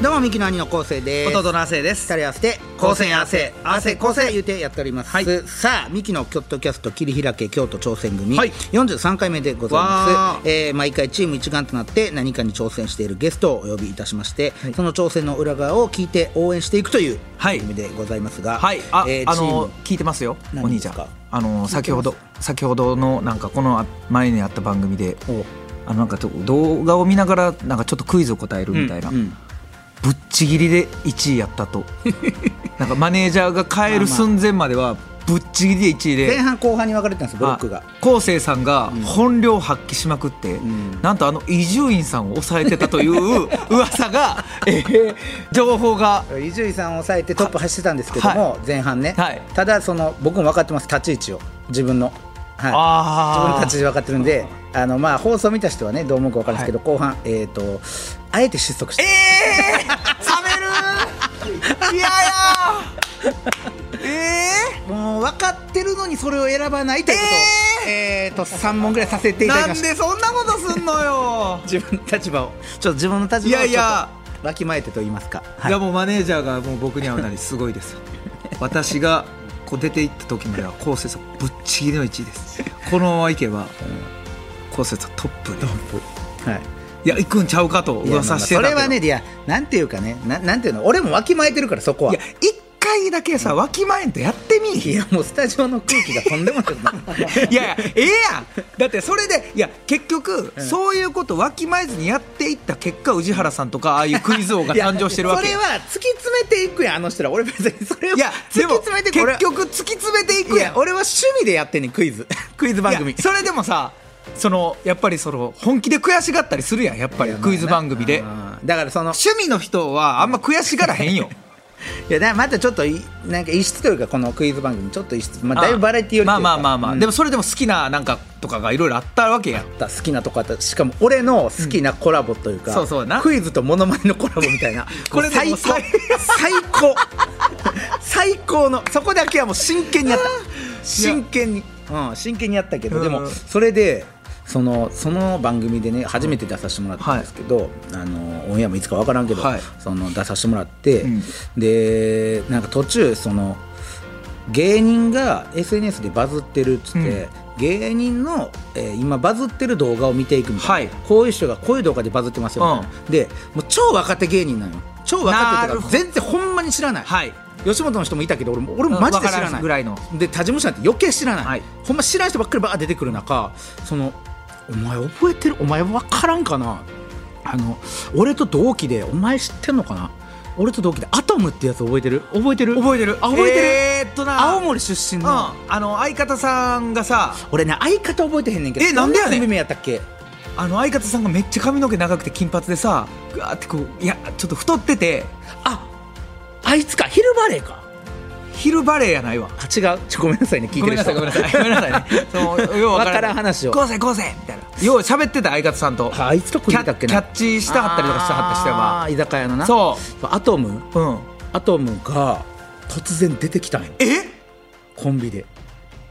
どうもミキの兄の昴生です弟の亜生です二人合わせて高専亜生亜生構成言うてやっております、はいさあミキのキョットキャスト切り開け京都挑戦組、はい43回目でございわまあす、えー毎回チーム一丸となって何かに挑戦しているゲストをお呼びいたしまして、その挑戦の裏側を聞いて応援していくというはい番組でございますが、はいあ、えーあチームの聞いてますよお何で兄すちゃかんあの先ほど先ほどのなんかこのあ前にあった番組でおあのなんかと動画を見ながらなんかちょっとクイズを答えるみたいな、うんうんぶっちぎりで1位やっ たとなんかマネージャーが帰る寸前まではぶっちぎりで1位で前半後半に分かれてたんですブロックがあ昴生さんが本領発揮しまくって、んなんとあの伊集院さんを抑えてたという 噂が、えー情報が伊集院さんを抑えてトップ走ってたんですけども、は前半ね、はいただその僕も分かってます立ち位置を自分の、はい、自分あのー立ち位置分かってるんであのまあ放送見た人はねどう思うか分かるんですけど、後半えっ、とあえて失速して、えー、冷めるいやいやえもう分かってるのにそれを選ばないということをえっ、と3問ぐらいさせてー、いただなきまんしたでそんなことすんのよ自分の立場をちょっと自分の立場をいやいやちょっとわきまえてと言いますか、はいいやもうマネージャーがもう僕に会うなりすごいで すよ私がこう出て行った時までは昴生さんぶっちぎりの1位ですこのままいけば昴生さんトップではいいや行くんちゃうかといやまあま噂あしてそたけれどはねいやなんていうかねななんていうの俺もわきまえてるからそこはいや一回だけさわきまえんとやってみいいやもうスタジオの空気がとんでもなくないやいやええやんだってそれでいや結局、うんそういうことわきまえずにやっていった結果宇治原さんとかああいうクイズ王が誕生してるわ けいやそれは突き詰めていくやんあの人ら俺別にそれをいや突きでも詰めていく俺は結局突き詰めていいくややん俺は趣味でやってんねんク イズクイズ番組いやそれでもさそのやっぱりその本気で悔しがったりするやんやっぱりクイズ番組でうんだからその趣味の人はあんま悔しがらへんよいやだからまたちょっといなんか異質というかこのクイズ番組ちょっと異質、 まあ、だいぶバラエティよりまあまあまあまあ、ででももそれでも好きななんかとかがいろいろあったわけやん好きなとこあったしかも俺の好きなコラボというか、うんそうそうやなクイズとモノマネのコラボみたいな これで最も高最高最高のそこだけはもう真剣にやった真剣に、うん、真剣にやったけど、うんでもそれでそのその番組でね初めて出させてもらったんですけど、あのオンエアもいつか分からんけど、はいその出させてもらって、うんでなんか途中その芸人が SNS でバズってるっつって、うん芸人の、えー今バズってる動画を見ていくみたいな、はいこういう人がこういう動画でバズってますよみたいな、でもう超若手芸人なのよ超若手なとるかほど全然ほんまに知らない、はい吉本の人もいたけど俺も俺もマジで知わらからなんいぐらいので他事務所なんて余計知らない、はいほんま知らない人ばっかりバー出てくる中そのお前覚えてるお前分からんかなあの俺と同期でお前知ってんのかな俺と同期でアトムってやつ覚えてる覚えてる覚えてるあ覚えてる、えーっとな青森出身うん、の、あの相方さんがさ俺ね相方覚えてへんねんけどえなんでやねコんンビ名やったっけあの相方さんがめっちゃ髪の毛長くて金髪でさぐわーってこういやちょっと太っててああいつか昼バレーか昼バレーやないわあ違うちょごめんなさいね 聞いごてめるんなさ人いごめんなさいごめんなさいね そのようわわからん話をこうせこうせみたいなよう喋ってた相方さんとああいつと組キんでたャっけキャッチしたはったりとかしたはったしてあばー居酒屋のなそアトムううんアトムが突然出てきたんよえコンビで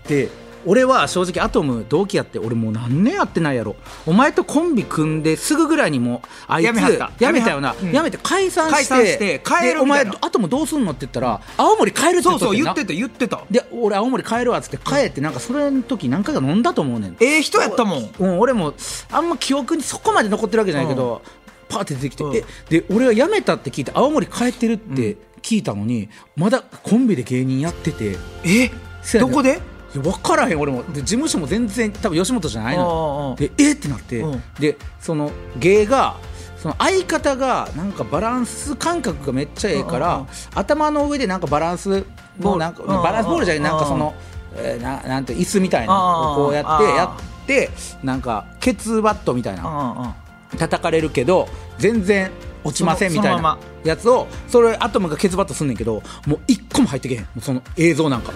で俺は正直アトム同期やって俺もう何年やってないやろお前とコンビ組んですぐぐらいにもうあいつやめはったやめたよなややめはめ,、うんて解散して解散して帰るみたいなでお前アトムどうすんのって言ったら青森帰るってそ言うっとそうてん言なってた言ってたで俺青森帰るわっつって帰ってなんかそれの時何回か飲んだと思うねん、ええ人やったもんうん、俺もあんま記憶にそこまで残ってるわけじゃないけど、パーって出てきて、うんえで俺は辞めたって聞いて青森帰ってるって聞いたのに、まだコンビで芸人やってていえせやどねこでや分からへん俺もで事務所も全然多分吉本じゃないのあーでえってなって、うんでその芸がその相方がなんかバランス感覚がめっちゃええから、うんうんうん頭の上でなんかバランスボーもうルなんかうんうんうんバランスボールじゃないなんかその、えーななんて椅子みたいなうんうこんうんうやってうんやってなんかケツバットみたいあーなあーあ叩かれるけど全然落ちませんそみのたそいのまなまやつをそれアトムがケツバットすんねんけどもう一個も入ってけへんもうその映像 なんか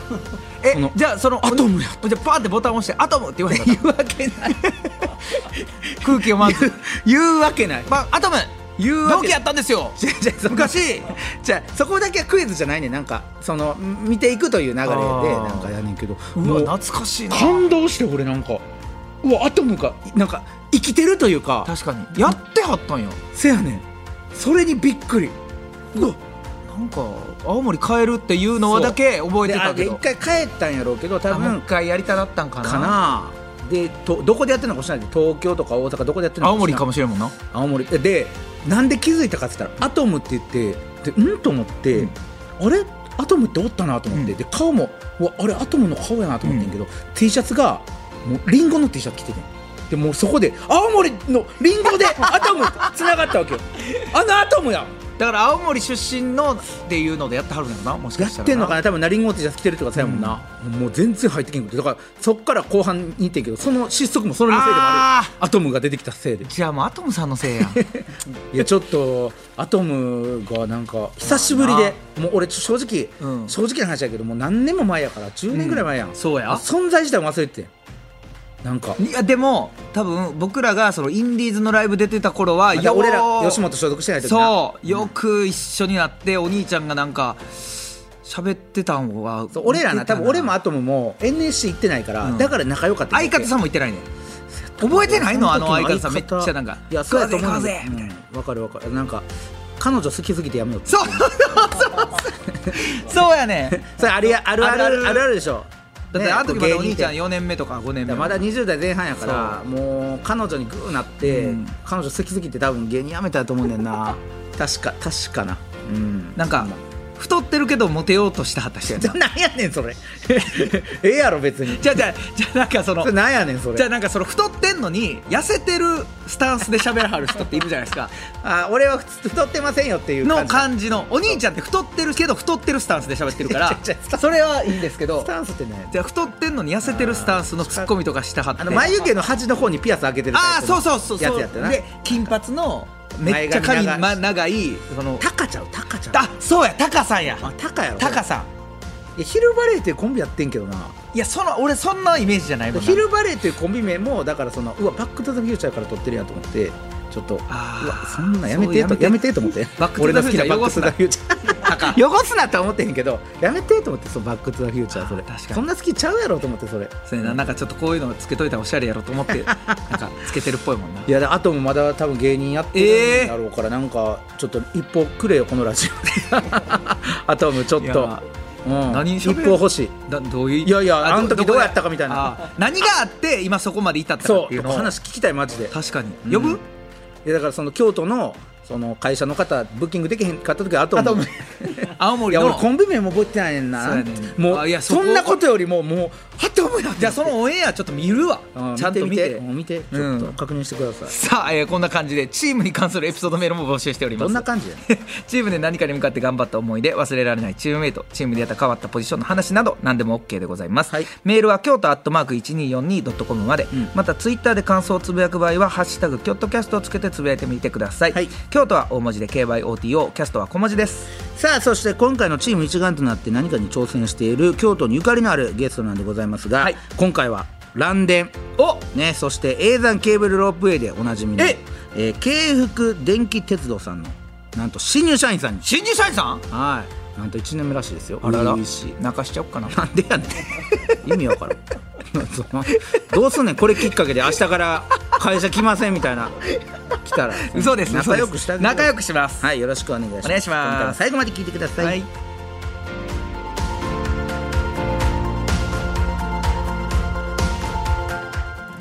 えそのじゃあそのアトムやじゃあパーってボタン押して「アトム!」って言わへんかっ言うわけないた空気をまず 言うわけない「まあ、アトム言うわけ同期やったんですよじゃじゃそこ昔 じゃあそこだけはクイズじゃないねんなんかそのん見ていくという流れであーなんかやねんけどうわもう懐かしいな感動して俺なんかうわアトムがなんか生きてるというか確かにやってはったんやせやねんそれにびっくりうわなんか青森帰るっていうのはだけ覚えでてあたけで一ど回帰ったんやろうけど多多分分一回やりたなったんかなかなでとどこでやってるのか知らないけど東京とか大阪どこでやってるの青森かももしれんもんな青森ででなんで気づいたかって言ったら「アトム」って言ってでうんと思って、うんあれアトムっておったなと思って、うんで顔もうわあれアトムの顔やなと思ってんけど、T シャツがもうリンゴの T シャツ着ててんでもうそこで青森のリンゴでアトム つながったわけよあのアトムやだから青森出身のっていうのでやってはるんやろなもしやっかしたらてんのかなな多分なリンゴの T シャツ着てるとかさやもんな、もう全然入ってけんくてだからそっから後半にいってんけどその失速もそれのせいでもああるアトムが出てきたせいでーじゃあもうアトムさんのせいやんいやちょっとアトムがなんか久しぶりでもう俺正直、うん正直な話やけどもう何年も前やから10年ぐらい前やん、うんそうや存在自体忘れててんなんかいやでも多分僕らがそのインディーズのライブ出てた頃はまだ俺らよー吉本所属してない時なそうよく一緒になってお兄ちゃんがなんか喋ってたんはそう俺ら見なてた多分俺もアトムも NSC 行ってないから、うんだから仲良かっただけ相方さんも言ってないね覚えてないのあの相方さんめっちゃなんかいやそうやと思う食わんだぜけどうんわかるわかるなんか彼女好きすぎてやめようってそうそうそうそうやね それあれやあるあるああるあるるあるあるでしょだってあの時まねだこうお兄ちゃん芸人って4年目とか5年いや目まだ20代前半やからもう彼女にグーなって、うん彼女好きすぎて多分芸人辞めたと思うねん な確か確かなうんなんか太ってるけどモテようとしてはった人やじゃなあなんやねん それ ええやろ別にじゃあじゃあじゃあなんかそのそれなんやねんそじれゃあなんかその太ってんのに痩せてるスタンスで喋らはる人っているじゃないですかあ俺は太ってませんよっていうの感じ感じのお兄ちゃんって太ってるけど太ってるスタンスで喋ってるか 違う違うスタらそれはいいんですけどスタンスってねじゃあ太ってんのに痩せてるスタンスのツッコミとかしてはってあの眉毛の端の方にピアス開けてるあタあイプそのうそうそうやそつうやったなで金髪のめっちゃ前髪髪長いま長いそのタカちゃうタカちゃうあそうやタカさんやあタカやろタカさんいやヒルバレーっていうコンビやってんけどないやその俺そんなイメージじゃないもんなヒルバレーっていうコンビ名もだからそのうわバック・トゥ・ザ・フューチャーから撮ってるやんと思ってちょっとうあーわそんなんやめてそとうやめてと思ってバックト俺ゥのザ好きフューチなャーバック・トゥ・ザ・フューチタカ ャー汚すなとは思ってへんけどやめてと思ってそのバック・トゥ・ザ・フューチャーそれあー確かにそんな好きちゃうやろと思ってそれそうやななんかちょっとこういうのつけといたらおしゃれやろと思って なんかつけてるっぽいもんないやだあともまだ多分芸人やってるんだろうから、なんかちょっと一歩くれよこのラジオ あともちょっいとや、うん、何一喋る歩欲しいだどういういやいやどあの時どうやったかみたいなあー何があって今そこまで至ったかそっていううのを話聞きたいマジで確かにうん呼ぶ、いやだからその京都のその会社の方ブッキングできへんかった時はあと あと青い森やの俺コンビ名も覚えてないねんなそうやねんもあういやそそこんなことよりももうあと思うやじゃあそのオンエアちょっと見るわ、うんちゃんと見てうん見てちうょっんと確認してください、さあ、えーこんな感じでチームに関するエピソードメールも募集しておりますどんな感じやねん チームで何かに向かって頑張った思い出忘れられないチームメイトチームでやった変わったポジションの話など何でも OK でございます、はいメールは京都アットマーク 1242.com まで、んまたツイッターで感想をつぶやく場合は「ハッシュタグ京都キャスト」をつけてつぶやいてみてください、はい京都は大文字で KYOTO キャストは小文字ですさあそして今回のチーム一丸となって何かに挑戦している京都にゆかりのあるゲストなんでございますが、はい今回は蘭電おね、そして永山ケーブルロープウェイでおなじみのええー京福電気鉄道さんのなんと新入社員さんに新入社員さんはいなんと1年目らしいですよあら初ら々しい泣かしちゃおっかななんでやねん 意味わからんそのどうすんねんこれきっかけで明日から会社来ませんみたいな来たら 嘘です仲良くしたた仲良くくします、はいよろしくお願いしますお願いします今回も最後まで聞いてください、はい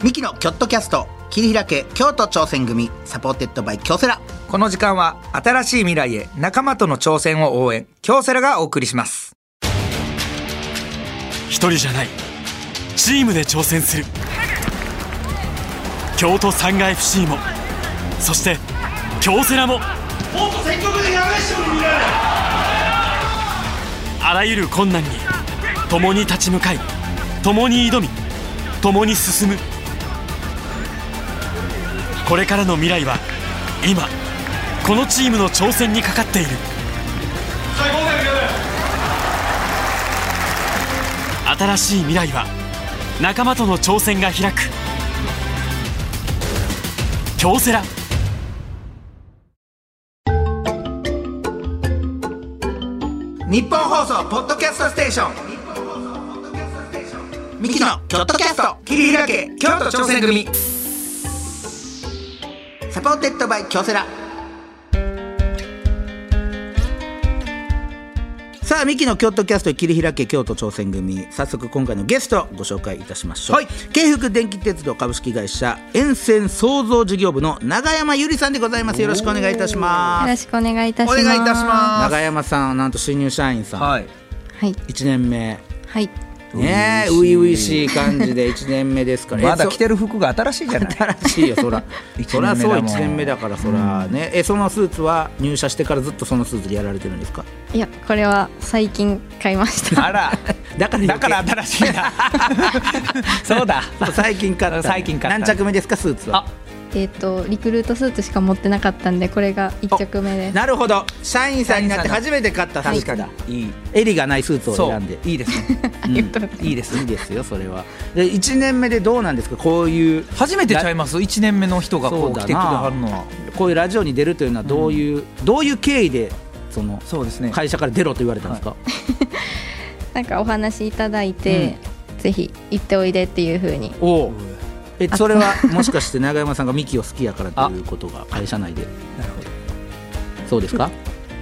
ミキのキョットキャスト切り開け京都挑戦組サポーテッドバイ京セラこの時間は新しい未来へ仲間との挑戦を応援京セラがお送りします一人じゃないチームで挑戦する京都サンガ FC もそして京セラもあらゆる困難に共に立ち向かい共に挑み共に進むこれからの未来は今このチームの挑戦にかかっている新しい未来は仲間との挑戦が開く京セラ日本放送ポッドキャストステーションミキのキョットキャスト切り開け京都挑戦組サポーテッドバイ京セラさあミキの京都キャスト切り開け京都挑戦組早速今回のゲストご紹介いたしましょう、はい京福電気鉄道株式会社沿線創造事業部の永山ゆりさんでございますよろしくお願いいたしよまろすしくお願いいたします。お願いいたしま永山さんなんと新入社員さん、はいはい。 1年目はい。ねえ初々初々ししいい感じで1年目ですからまだ着てる服が新しいじゃない新しいよそら一 そら年目だそうもん1年目だからそらね、えそのスーツは入社してからずっとそのスーツでやられてるんですかいや、これは最近買いまし た。あらだから余計だから新しい なそうだそう 最近買った最近買った何着目ですかスーツはあ えっと、リクルートスーツしか持ってなかったんで、これが一着目です。なるほど社員さんになって社員さん初めて買ったスー確ツかだにいい襟がないスーツをそ選うんでいいですねあ りがとうございます。いいですいいですよそれはで1年目でどうなんですかこういう初めてちゃいます1年目の人がこう来てくれはるのはこういうラジオに出るというのはどういう、どういう経緯でそのそうですね会社から出ろと言われたんですか、なんかお話いただいて、ぜひ行っておいでっていう風に。おうえそれはもしかして永山さんがミキを好きやからということが会社内でなるほどそうですか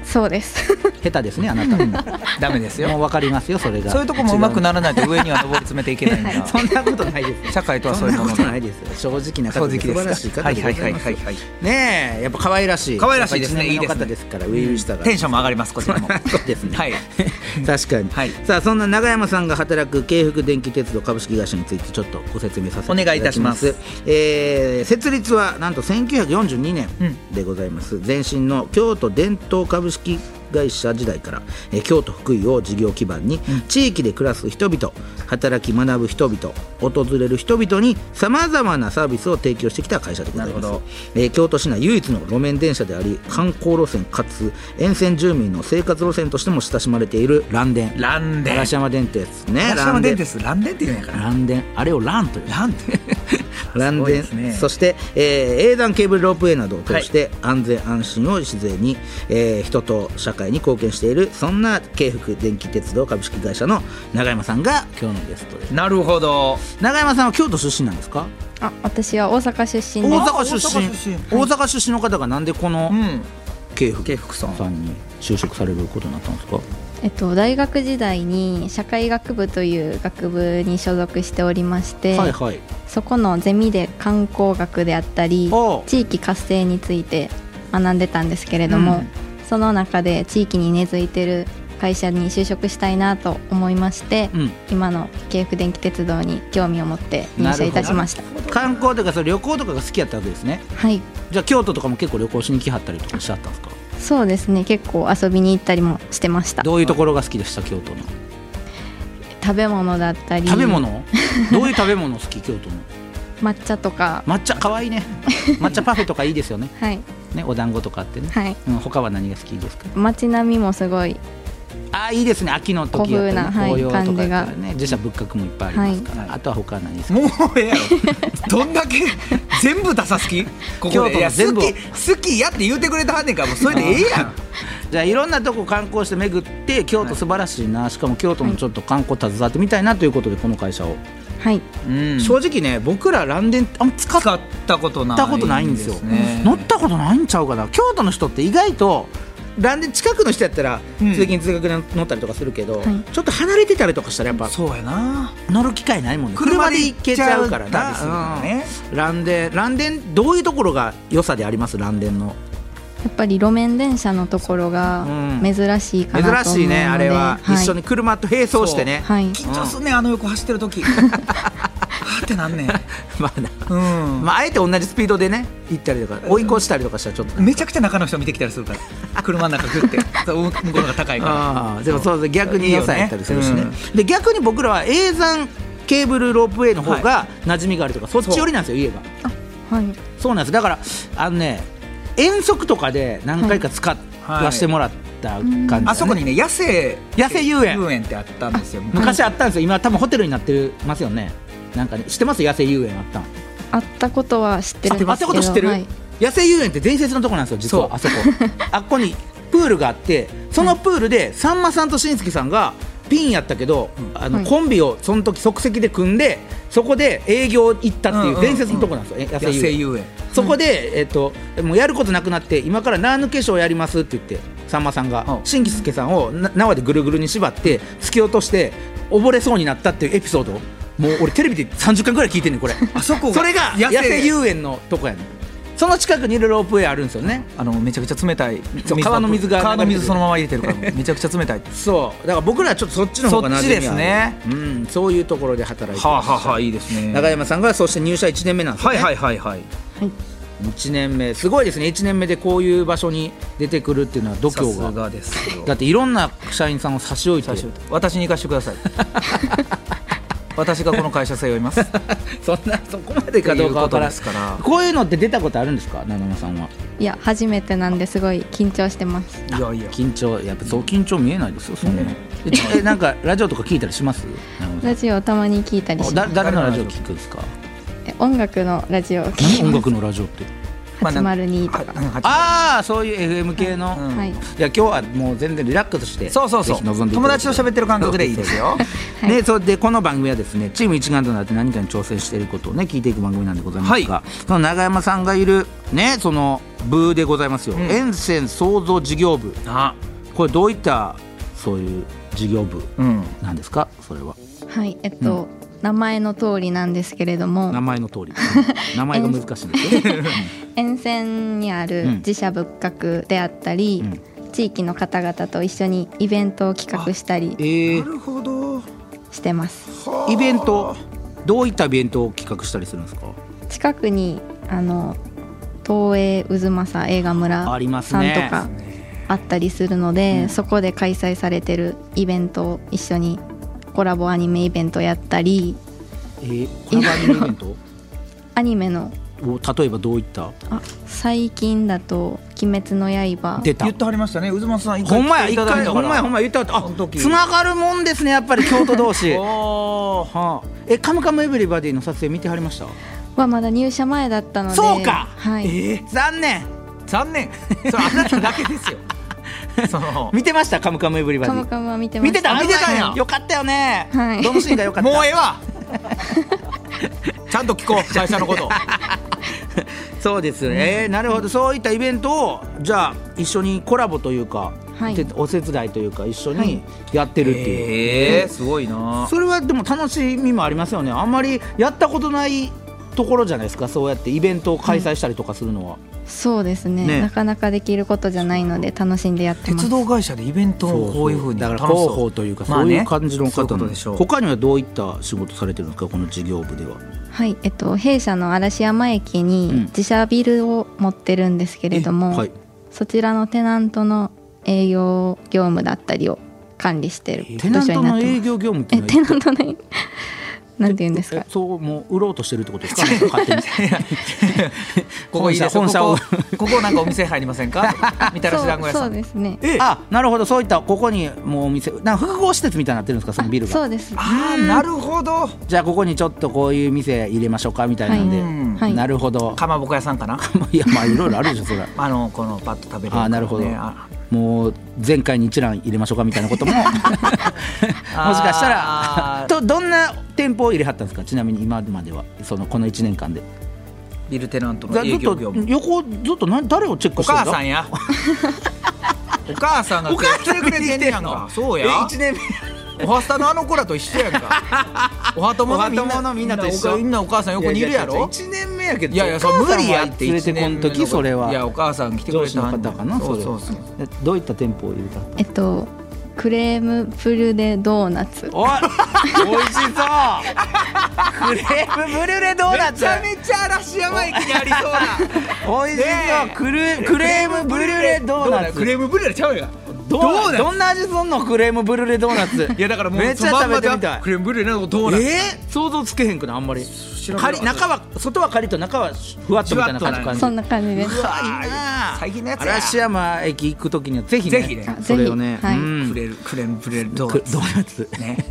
そうです。下手ですねあなたもダメですうよ分かりますよそれがそういうとこもうまくならないと上には上り詰めていけないんだ そんなことないです社会とはそそんういうなもこのとないですよ正直な正方直で素ですか晴らしい方はいでごはいざはいいますはいはいねえやっぱ可愛らしい可愛らしいですやっぱね一年目のいい方でですから初々しさがテンションも上がりますこちらもそうですねはい 確かに、はいさあそんな永山さんが働く京福電気鉄道株式会社についてちょっとご説明させていただきますお願いいたしますえー設立はなんと1942年でございます、前身の京都伝統株式会社時代から、えー京都福井を事業基盤に、地域で暮らす人々働き学ぶ人々訪れる人々にさまざまなサービスを提供してきた会社でございまなるほどすえー京都市内唯一の路面電車であり観光路線かつ沿線住民の生活路線としても親しまれている蘭電蘭電嵐山電鉄ね私の電鉄蘭電って言うんやから蘭電あれを蘭という蘭電蘭すごいで電、すねそして、えー、英断ケーブルロープウェイなどを通して安全安心を自然に、えー人と社会に貢献しているそんな京福電気鉄道株式会社の永山さんが今日のゲストですなるほど永山さんは京都出身なんですかあ、私は大阪出身大で阪出身大阪出身大阪出身の方がなんでこのうん京福慶福さんさんに就職されることになったんですかす。えっと、大学時代に社会学部という学部に所属しておりまして、はいはいそこのゼミで観光学であったりおう地域活性について学んでたんですけれどうも、んその中で地域に根付いてる会社に就職したいなと思いまして、うん今の京福電気鉄道に興味を持って入社いたしました観光というかその旅行とかが好きやったわけですねはいじゃあ京都とかも結構旅行しに来はったりとかしちゃったんですかそうですね結構遊びに行ったりもしてましたどういうところが好きでした京都の食べ物だったり食べ 物どういう食べ物好き京都の抹茶とか抹茶可 愛いね抹茶パフェとかいいですよねはいねお団子とかあってね、はいうん、他は何が好きですか街並みもすごいああいいですね秋の時やった古ら、ね、風なはい紅葉とかやったら感ね自社仏閣もいっぱいありますから、はいあとは他は何ですかもうえ えやろどんだけ全部出さすきここで京都のいや全部を好き好きやって言うてくれたはんねんからもうそれでええやんじゃあいろんなとこ観光して巡って京都素晴らしいな、しかも京都のちょっと観光携わってみたいなということでこの会社を、はいうん正直ね僕ら蘭電あんま使っ使ったことないたことないんですよね乗ったことないんちゃうかな京都の人って意外と蘭電近くの人やったらうん通勤通学で乗ったりとかするけど、はいちょっと離れてたりとかしたらやっぱそうやな乗る機会ないもんね車で行けちゃうから車で行っちゃうからねうん蘭電蘭電どういうところが良さであります蘭電のやっぱり路面電車のところがうん珍しいか珍なと思うので、しいねあれは、い一緒に車と並走してねはい緊張すんねんあの横走ってる 時はーってなんねん まあなうんまあ、あえて同じスピードでね行ったりとか追い越したりとかしたらちょっと、めちゃくちゃ中の人見てきたりするから車の中グッてそう向こうの方が高いからああでもそうそう逆に良さやったりするしねいいよねで逆に僕らは永山ケーブルロープウェイの方が馴染みがあるとか、そっち寄りなんですよ、言えばはいそうなんですだからあのね遠足とかで何回か使はいわせてもらった感じですね、うんあそこにね野生野生遊園遊園ってあったんですよ昔昔あったんですよ今多分ホテルになってますよねなんかね知ってます野生遊園あったん会ったことは知ってるんですけどあ会ったこと知ってるはい野生遊園って伝説のとこなんですよ実はあそこ あっこにプールがあってそのプールでさんまさんとしんすけさんがピンやったけど、あのはいコンビをその時即席で組んでそこで営業行ったってうんうんいううん伝説のとこなんですよ、え野野生遊生園遊園そこで、えっと、もうやることなくなって今から縄抜けショーやりますって言ってさんまさんがうんしんすけさんをな縄でぐるぐるに縛って突き落として溺れそうになったっていうエピソードをもう俺テレビで30回ぐらい聞いてんねんこれ あそこそれが野生遊園のとこやねんその近くにいるロープウェイあるんですよねあのめちゃくちゃ冷たいそう川の水が流れてる川の水そのまま入れてるからめちゃくちゃ冷たいそうだから僕らはちょっとそっちの方がなじみあるそっちですねうん、そういうところで働いてはあましたはあはあいいですね中山さんがそして入社1年目なんですよはね、いはいはいはい1年目すごいですね1年目でこういう場所に出てくるっていうのは度さ胸すががですよだっていろんな社員さんを差し置いて最初私に行かしてく ださい私がこの会社背負いますそんなそこまでかどうかわからんっていうことですからこういうのって出たことあるんですか七々さんはいや初めてなんですごい緊張してますいやいや緊張やっぱそう緊張見えないですよそんなのうんえなんかラジオとか聞いたりします七々さんラジオをたまに聞いたりしまだす誰のラジオ聞くんですかえ音楽のラジオを聞何き音ます楽のラジオってまあなん802とはあかああそういう FM 系の、うんはいいや今日はもう全然リラックスしてそうそうそうぜひ臨んでいた友だき達たとい喋ってる感覚でいいですよはいでそれでこの番組はですねチーム一丸となって何かに挑戦していることをね聞いていく番組なんでございますが、その永山さんがいるねその部でございますよ、ん沿線創造事業部あこれどういったそういう事業部うんなんですかそれははいえっと、名前の通りなんですけれども名前の 通り名前が難しいんですよね、沿線にあるうん自社仏閣であったり、地域の方々と一緒にイベントを企画したり えーなるほどしてますイベントどういったイベントを企画したりするんですか近くにあの東映渦政映画ありま村すさんねとかあったりするので、そこで開催されてるイベントを一緒にコラボアニメイベントやったりえー、これがアニメイベン トアニメのを例えばどういったあ最近だと「鬼滅の刃」出た言ってはりましたね渦松さんほんまや一回ほほんまんまやほんやほんままや言ったあその時つながるもんですねやっぱり京都同 士はおーあえカムカムエヴリバディの撮影見てはりましたはまだ入社前だったのでそうかはい、えー残念 残念それあなただけですよ その見てましたカムカムエヴリバデカムィカムは見てま見してたた見てたんあそうなんややよかったよねはいどのシーンがよか ったもうええわちゃんと聞こう会社 のことそうですよね、えーなるほどそういったイベントをじゃあ一緒にコラボというか、はいでお手伝いというか一緒はにいやってるっていう、えー、すごいなそれはでも楽しみもありますよねあんまりやったことないところじゃないですかそうやってイベントを開催したりとかするのは、そうですねねなかなかできることじゃないので楽しんでやってます鉄道会社でイベントそうをこういうふうにだから楽しそう広報というかまそあうねいう感じのそういう方このとでしょう他にはどういった仕事されてるんですかこの事業部でははいえっと弊社の嵐山駅にうん自社ビルを持ってるんですけれども、えはいそちらのテナントの営業業務だったりを管理してる部テナン署トになっのて営ます業業務っていえうのはテナントの営 なんて言うんですかえそうもう売ろうとしてるってことですか 勝手にここいいですよ本社こをこここなんかお店入りませんかみたらし団子屋そうさそうんですねえあなるほどそういったここにもうお店なんか複合施設みたいになってるんですかそのビルそがうですああなるほどじゃあここにちょっとこういう店入れましょうかみたいなんで、うはいんはいなるほどかまぼこ屋さんかな いやまあいろいろあるでしょそれはあのこのパッと食べれるあーなるほどもう前回に一覧入れましょうかみたいなこと も もしかしたらあーとどんな店舗を入れはったんですかちなみに今まではそのこの1年間でビルテナントずの営っ業と業務横ずっと何誰をチェッおクしてるん母ださ んやお母さんがお母さん来てくれてんねやんが来てんのかそうやえ一年目おはスタのあの子らと一緒やんか おはとものみんなおはとものみんなと一緒みんなお母さん横にいるやろ1年目やけどいやいやそれ無理やって連れてこん一年目時のそれはいやお母さん来てく上れ司たのはんね方んかなそそうれそうそうえどういった店舗を入れたえっとクレームブリュレドーナツおい美味しそう クレームブリュレドーナめツちゃめちゃ嵐山駅にありそうな 美味しそうねえクルクレームブリュレドーナツクレームブリュレちゃうやんどドーナうツどんな味すんのクレームブリュレドーナツいやだからもうめっちゃ食べてみたいクレームブリュレのドーナツえー想像つけへんくないあんまり調べろカリ中は外はカリッと中はふわっとみたいな感じふ感わっとなじそんな感じですうわーいいな最近のやつや嵐山駅行く時にはぜひねぜひねそれをねぜひはいうんクレームクレームブリュレドくーナツドーナツね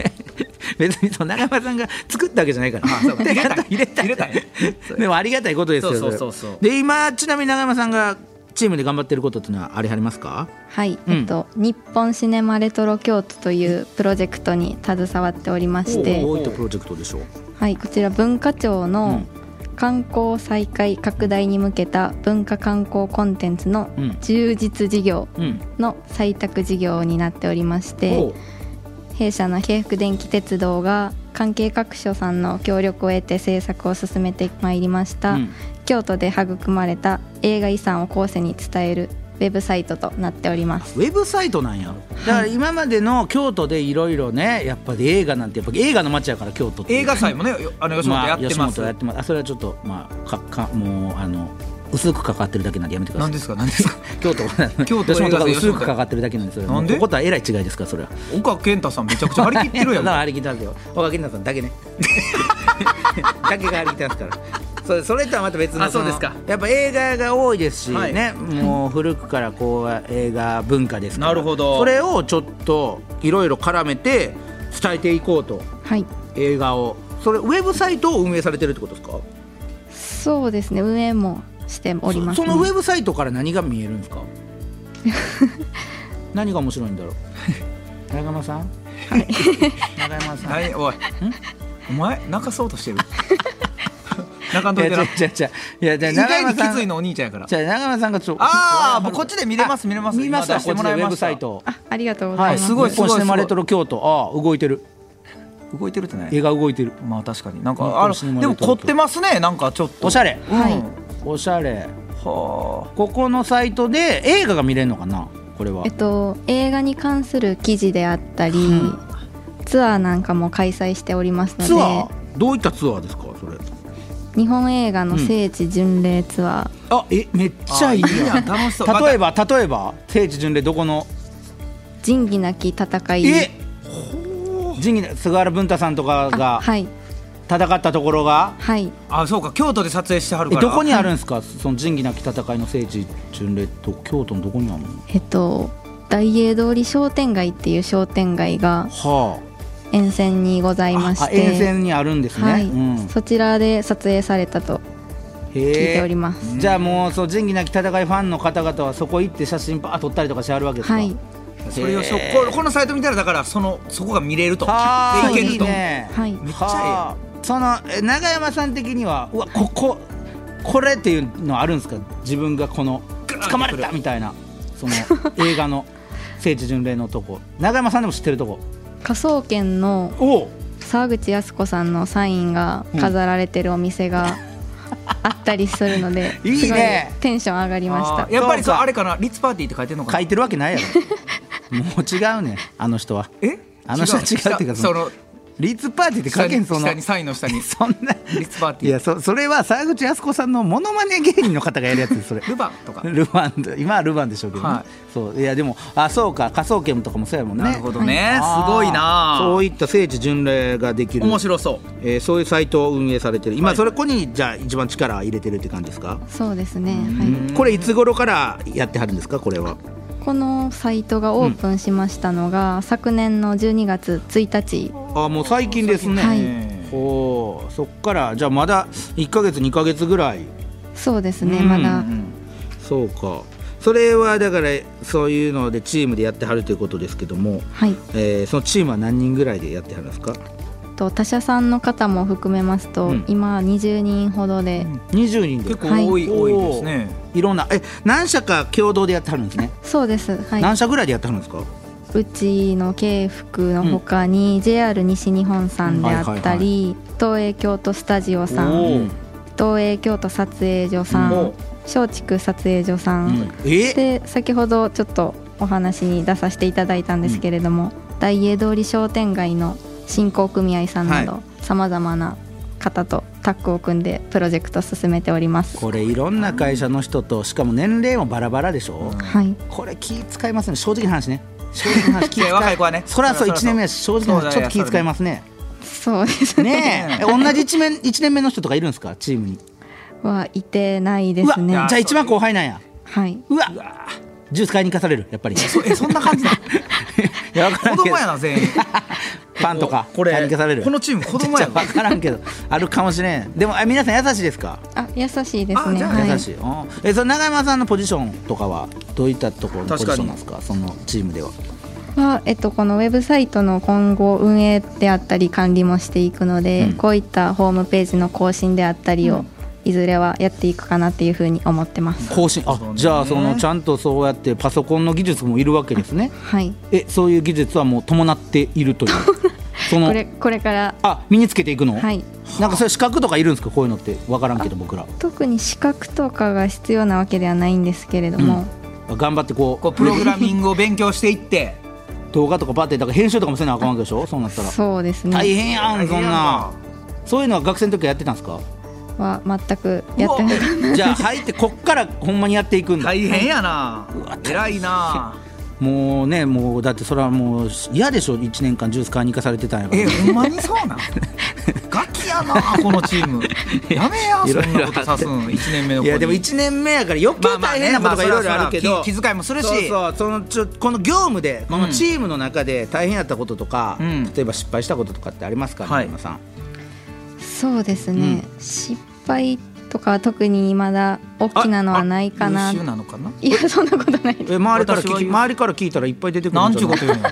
別にその長山さんが作ったわけじゃないからあそうかで入れたい入れたい入れたい でもありがたいことですよそうそうれはそうそうで今ちなみに長山さんがチームで頑張ってることってのはありはりますかはい、うんえっと日本シネマレトロ京都というプロジェクトに携わっておりましておー、大分プロジェクトでしょうはい、こちら文化庁の観光再開拡大に向けた文化観光コンテンツのうん充実事業うんの採択事業になっておりまして、おう弊社の京福電気鉄道が関係各所さんの協力を得て制作を進めてまいりました、うん京都で育まれた映画遺産を後世に伝えるウェブサイトとなっておりまウすェブサイトなんやだから今までの京都でいろいろねやっぱり映画なんてやっぱ映画の街やから京都って映画祭もねよあの吉本やってあ、ます、吉本やってますあそれはちょっとまあかかもうあの薄くかかってるだけなんでやめてくださ何いですか何ですか京都が京都 吉本が映画祭薄くかかってるだけなんですよなんでこことはえらい違いですからそれは岡健太さんめちゃくちゃ張り切って るやんなあ張り切ってますよ岡健太さんだ けねだけが張り切ってますからそれそれとはまた別のあのそうですかやっぱ映画が多いですし、はいねもう古くからこう映画文化ですからなるほどそれをちょっといろいろ絡めて伝えていこうとはい映画をそれウェブサイトを運営されてるってことですかそうですね運営もしております、そね、そのウェブサイトから何が見えるんです か何が面白いんだろう長山さん、長山さん何おいお前泣かそうとしてる 泣かんいといやてな違う違う違ういやじゃあ意長外山にさきんついのお兄ちゃんやからじゃあ長山さんがちょあーもうこっちで見れますあ見れます見ました今出してもらいこっちましたでウェブサイトあありがとうございはまいす、すごいすすごごいいシネマレトロ京都ああ動いてる動いてるってね絵が動いてるまあ確かになんかあ本当にるシネマでレもトロ凝ってますねなんかちょっとおしゃれうんはいおしゃれはここのサイトで映画が見れるのかなこれはえっと、映画に関する記事であったり、ツアーなんかも開催しておりますツアのーどういったツアーですかそれで日本映画の聖地巡礼ツアあえめっあちゃいいあやん楽しそう例えば例えば聖地巡礼どこのー「仁義なき戦い」え仁義な菅原文太さんとかあがはい戦ったところがはいあそうか京都で撮影してはるえからどこにあるんですかその仁義なき戦いの聖地巡礼と京都のどこにあるのえっと大英通り商店街っていう商店街がは沿線にございあまあして沿線にあるんですね、はいうん、そちらで撮影されたと聞聞いております、じゃあもうそう仁義なき戦いファンの方々はそこ行って写真パー撮ったりとかしてあるわけですかはいそれをしょへーここのサイト見たらだからそのそこが見れるとはあでいけるといいねはいめっちえゃえそのえ永山さん的にはうわこここれっていうのあるんですか自分がこの捕まれたみたいなそ の映画の聖地巡礼のとこ永山さんでも知ってるとこ科捜研のおう沢口靖子さんのサインが飾られてるお店があったりするのでいいねすごいテンション上がりましあたーやっぱりそそううかあれかなリッツパーティーって書いてんのか書ないてるわけないや ろもう違うねんあの人はえあの人は違うっていうかそそのリーツパーティーって書下けんにその下にサインの下にそんなリッツパーテいィーやそそれは沢口靖子さんのモノマネ芸人の方がやるやつですそれルバンとかルバン今はルバンでしょうけどね、はいそういやでもあそうか科捜研とかもそうやもんねなるほどねあーすごいなそういった聖地巡礼ができる面白そうえーそういうサイトを運営されてる今はいそれこにじゃあ一番力入れてるって感じですか、そうですね、は、これいつ頃からやってはるんですかこれはいこのサイトがオープンしましたのが、昨年の12月1日あもう最近ですね、はいほうそっからじゃあまだ1か月2か月ぐらいそうですねまだそうかそれはだからそういうのでチームでやってはるということですけども、はいえーそのチームは何人ぐらいでやってはるんですかと他社さんの方も含めますと、うん今20人ほどで、 20人で結構多い、はい多いですねいろんなえ何社か共同でやってはるんですね、そうですはい何社ぐらいでやってはるんですかうちの京福のほかに JR 西日本さんであったり、東映京都スタジオさんおー東映京都撮影所さんうん松竹撮影所さん、うんえで先ほどちょっとお話に出させていただいたんですけれども、大英通り商店街の振興組合さんなはどさまざまな方とタッグを組んでプロジェクト進めております。これいろんな会社の人としかも年齢もバラバラでしょ、はい、これ気使いますね正直な話ね正直な話気いや若い子はねそれはそうそら1そう年目だし正直な話ちょっそうだとね気使いますねそうです ね。ねええ 同じ一面一年目の人とかいるんですかチームにはいてないでうわすじね。ゃあ一番後輩なんやはい、うわジュース買いに行かされるやっぱりそえそんな感じだ いや分から子んけど供やな全員パンとかこれ買いに行かされるこのチーム 子供やな分からんけどあるかもしれんでもあ皆さん優しいですかあ、優しいですあね。じゃあはい、優しい、うんえその長山さんのポジションとかはどういったところのポジションなんですかそのチームでははえっと、このウェブサイトの今後運営であったり管理もしていくので、うんこういったホームページの更新であったりを、いずれはやっていくかなっていうふうに思ってます。更新あそうねじゃあそのちゃんとそうやってパソコンの技術もいるわけですねはい、えそういう技術はもう伴っている というそこのれこれからあ身につけていくの、はいなんかそういう資格とかいるんですかこういうのって分からんけど僕ら特に資格とかが必要なわけではないんですけれども、頑張ってこうこうプログラミングを勉強してい って動画とかバーってだから編集とかもせなあかんわけでしょそうなったらそうです大ね変やんそんなそういうのは学生の時はやってたんです かは全くやってないじゃあ入ってこっからほんまにやっていくんだ大変やな偉いなもうねもうだってそれはもう嫌でしょ1年間ジュース買いに行かされてたんやからえほんまにそう なんガキやなこのチームやめやいろいそんろなことさすん1年目の子いにやでも1年目やから余計大変なことがいろいろあるけどまあまあそらそら気気遣いもするしそうそうそのちょこの業務でこのチームの中で大変やったこととか、うん例えば失敗したこととかってありますか、はい中山さん そうですね、失敗とかは特にまだ大きなのはないかな優秀なのかないやそんなことないですえ周りから私は聞き言う周りから聞いたらいっぱい出てくるなんじちゅゃうなこいと言うの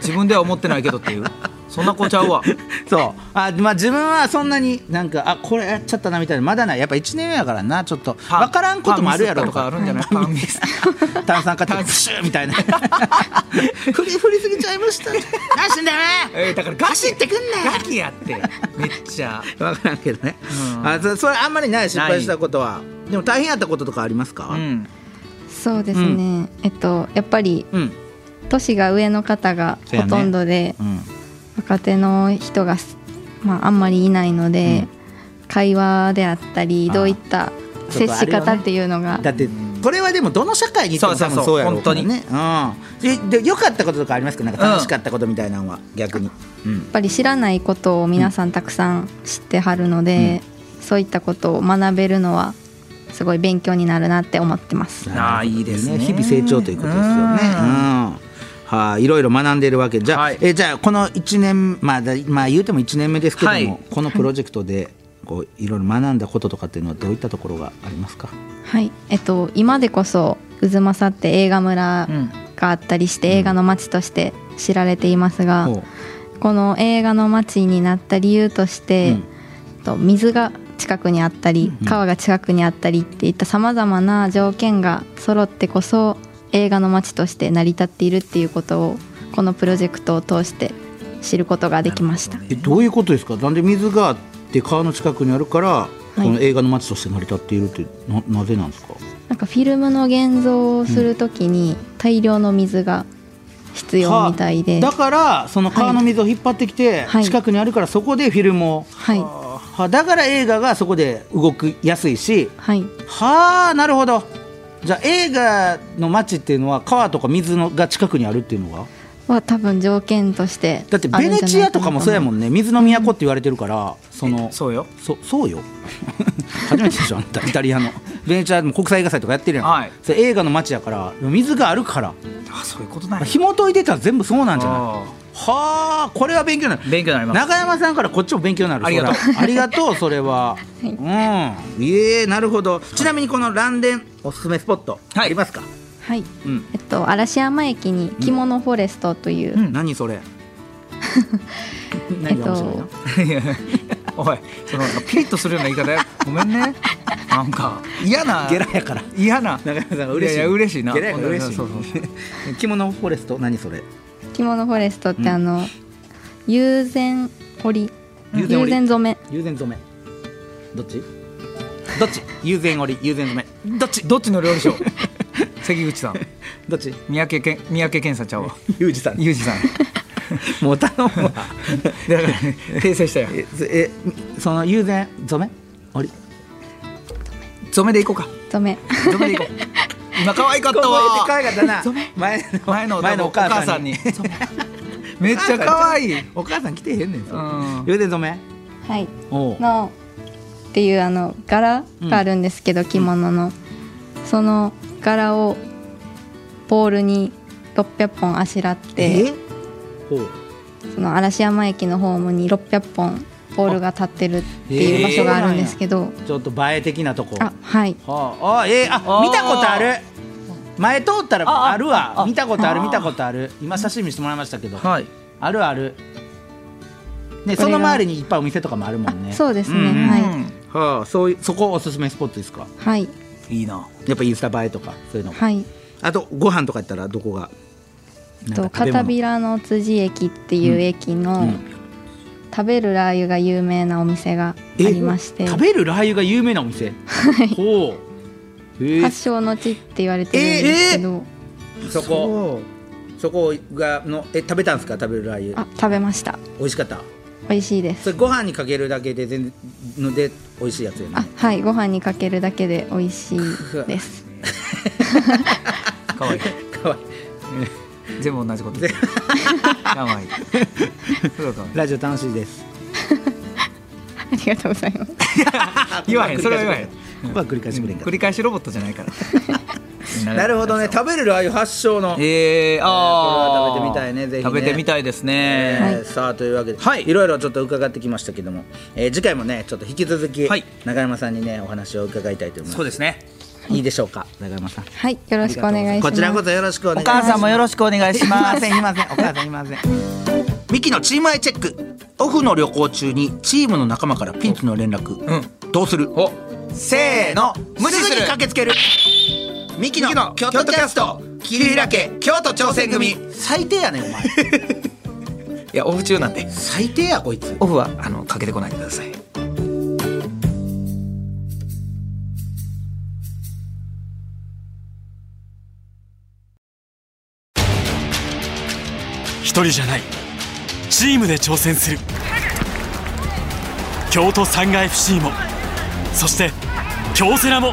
自分では思ってないけどっていうそんな子ちゃ うわそうあ、まあ、自分はそんなになんかあこれやっちゃったなみたいなまだないやっぱ1年目やからなちょっとパン分からんこともあるやろとかパンミスとかあるんじゃないパンミス 炭酸買ってプシューみたいな 振り振りすぎちゃいました何してんだよえーだからガキってくんなガキやってめっちゃ分からんけどね、うんあそそれあんまりない失敗したことはでも大変やったこととかありますか、うんそうですね、えっとやっぱりうん年が上の方がそうやほねとんどで、うん若手の人がす、まあ、あんまりいないので、会話であったりあーどういった接し方っていうのが、だってこれはでもどの社会に行ってもそ多うそうそ分そううやろうから本ねうんでで良かったこととかありますかなんか楽しかったことみたいなのは逆に、うんやっぱり知らないことを皆さんたくさん知ってはるので、そういったことを学べるのはすごい勉強になるなって思ってます。ああいいですね日々成長ということですよね。うんはい、いろいろ学んでいるわけでじゃあ、はいえじゃあこの一年まあだまあ言うても一年目ですけども、はいこのプロジェクトでこういろいろ学んだこととかっていうのはどういったところがありますか。はい、えっと今でこそうずまさって映画村うんがあったりして、映画の街として知られていますが、ほうこの映画の街になった理由として、と水が近くにあったり、川が近くにあったりっていったさまざまな条件が揃ってこそ映画の街として成り立っているっていうことをこのプロジェクトを通して知ることができました。えどういうことですか。なんで水があって川の近くにあるから、いこの映画の街として成り立っているってななぜなんですか。なんかフィルムの現像をするときに大量の水が必要みたいで、だからその川の水を引っ張ってきて、はい近くにあるからそこでフィルムを。はいはだから映画がそこで動きやすいし、はいはあなるほどじゃあ映画の街っていうのは川とか水のが近くにあるっていうのがは多分条件としてだってベネチアとかもそうやもんんね水の都って言われてるからそのそうよそそうよ初めてでしょあんたイタリアのベネチアでも国際映画祭とかやってるやん、はいそれ映画の街やから水があるからあそういうことなんや紐解いてたら全部そうなんじゃないあはあこれは勉強になるー勉強になります中山さんからこっちも勉強になるありがとうそらありがとうそれは、うんいえなるほどちなみにこの蘭電おすすめスポットはいありますか、はい、うんえっと、嵐山駅に着物フォレストという、うん何それえっ何が面白いとの、いやおいそのなんかピリッとするような言い方やごめんねなんか嫌なゲラやから嫌な中山さんが嬉しいやいや嬉しいなゲラやから嬉しいそうそうそう 着物フォレスト何それ着物フォレストってあの、友禅織友友禅織禅染め友禅染めどっちどっち友禅織友禅染めどっちどっちの料理長 関口さんどっち三宅健三宅健さんちゃうわユージさんユージさんもう頼むわだ から、訂正したよええその友禅染めあれ染めでいこうかダメ染めでいこう今可愛かったわ可愛かったな前の前の前のおお母母ささんんにに めっちゃ可愛いお母さん来てへんねんそれうん友禅染め はいおう のっていうあの柄があるんですけど、着物のその柄をボールに600本あしらってえおうその嵐山駅のホームに600本ボールが立ってるっていう場所があるんですけど、ちょっと映え的なとこあはいはああえー、ああー見たことある前通ったあらああるわあ見たことあるあー見たことある今写真見せてもらいましたけどはいあるあるねその周りにいっぱいお店とかもあるもんねあそうですねんはいはあそういうそこおすすめスポットですかはいいいなやっぱインスタ映えとかそういうのはいあとご飯とかやったらどこがなんとか食べ片物平の辻駅っていう駅の、うん食べるラー油が有名なお店があえりまして食べるラー油が有名なお店ほうへえ発祥の地って言われてるんですけど、そこそこがのえ食べたんですか食べるラー油あ食べました美味しかった美味しいですそれご飯にかけるだけで全然ので美味しいやつやあねはいご飯にかけるだけで美味しい です可愛いかわいい全部同じこと可愛いすごい可愛いラジオ楽しいですありがとうございます言わへんそれは言わへんここは繰り返しくれんか繰り返しロボットじゃないから なるほどね食べるラー油発祥の、これえー、はあ食ーべてみたいねぜひね食べてみたいですえね、ーさあというわけで、い、ろいろちょっと伺ってきましたけども、えー次回もねちょっと引き続き、はい中山さんにねお話を伺いたいと思いますそうですねいいでしょうか中山さんはいよろしくお願いしますこちらこそよろしくお願おいします母さんもよろしくお願いしますいませんいませんお母さんいませんミキのチームアイチェックオフの旅行中にチームの仲間からピンチの連絡、うんどうするおせーの無視すすぐにる駆けつけるミキの京都キャスト切り開け京都挑戦組最低やねんお前 いやオフ中なんで最低やこいつオフはあのかけてこないでください一人じゃないチームで挑戦する京都サンガ FC もそして京セラも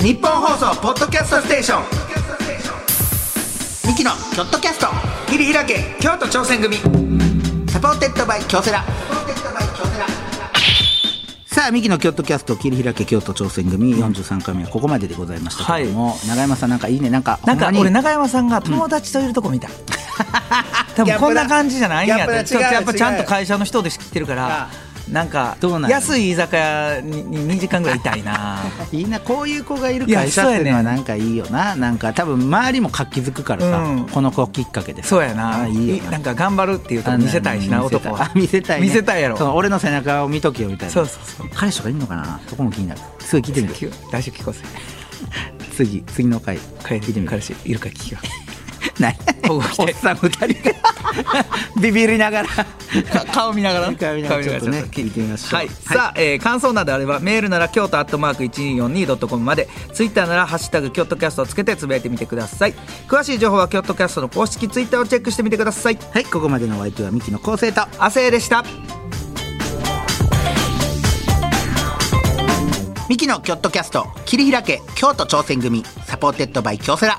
日本放送ポッドキャストステーションミキの京都キャスト切り開け京都挑戦組サポーテッドバイ京セラさあミキの京都キャスト切り開け京都挑戦組43回目はここまででございましたけども、長山さんなんかいいねなんかなんかほんまに俺永山さんが友達といるとこ見た、多分こんな感じじゃないんややっっぱてりちょっと違うやっぱちゃん違とう会社の人で知ってるからあなんかどうなんや安い居酒屋にに2時間ぐらいいたいないいなこういう子がいるいや会社っていうのそうやはねんなんかいいよななんか多分周りも活気づくからさ、うんこの子きっかけでそうやなあいいよなんか頑張るっていうとこ見せたいしな見せた男いはあ見せたいね見せたいやろそう俺の背中を見とけよみたいなそうそうそう彼氏とかいるのかなそこも気になるすぐ聞いてみる きゅ来週聞こうぜ次次の回彼聞いてみる彼氏いるか聞きよ 何お交っ互期待さん二 人がビビりながらう顔見ながら顔見ながらちょっとね聞いてみましょうはい、さあ、えー感想などあればメールなら京都アットマーク 1242.com までツイッターなら「ハッシュタグ京都キャスト」をつけてつぶやいてみてください詳しい情報は京都キャストの公式ツイッターをチェックしてみてくださいはいここまでのお相手はミキの昴生と亜生でしたミキのキョットキャスト切り開け京都挑戦組サポーテッドバイ京セラ